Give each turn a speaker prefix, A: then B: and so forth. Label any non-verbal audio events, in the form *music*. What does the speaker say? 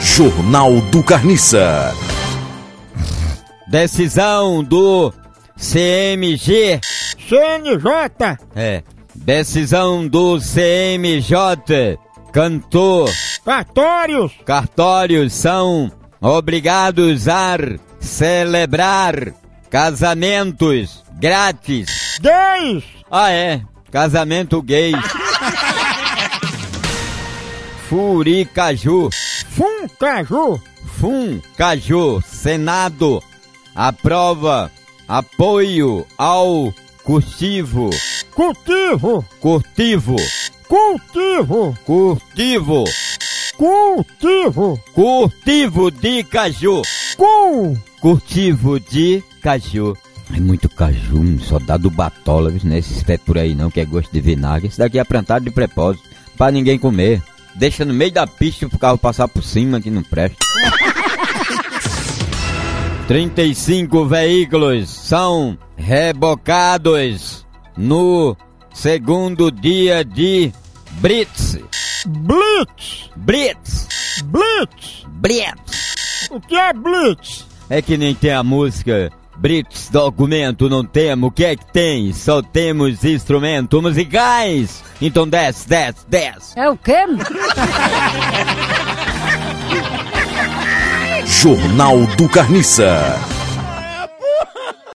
A: Jornal do Carniça.
B: Decisão do CMG.
C: CNJ,
B: É. Decisão do CMJ. Cantor.
C: cartórios,
B: Cartórios são obrigados a celebrar casamentos grátis.
C: gays,
B: Ah, é. Casamento gay. Furicaju.
C: Funcaju,
B: Fum Caju Senado aprova apoio ao cultivo,
C: cultivo,
B: cultivo,
C: cultivo,
B: cultivo,
C: cultivo,
B: cultivo de caju,
C: cu,
B: cultivo de caju. É muito caju, hum, só dá do batola, viu, né? Esses pés por aí não, que é gosto de vinagre. Isso daqui é plantado de propósito, pra ninguém comer. Deixa no meio da pista pro carro passar por cima, que não *laughs* presta. 35 veículos são rebocados no segundo dia de Blitz.
C: blitz,
B: Blitz!
C: blitz,
B: Blitz!
C: o que é blitz?
B: É que nem tem a música Blitz documento não temos, o que é que tem? Só temos instrumentos musicais! Então desce, desce, desce!
D: É o quê?
A: Jornal do Carniça.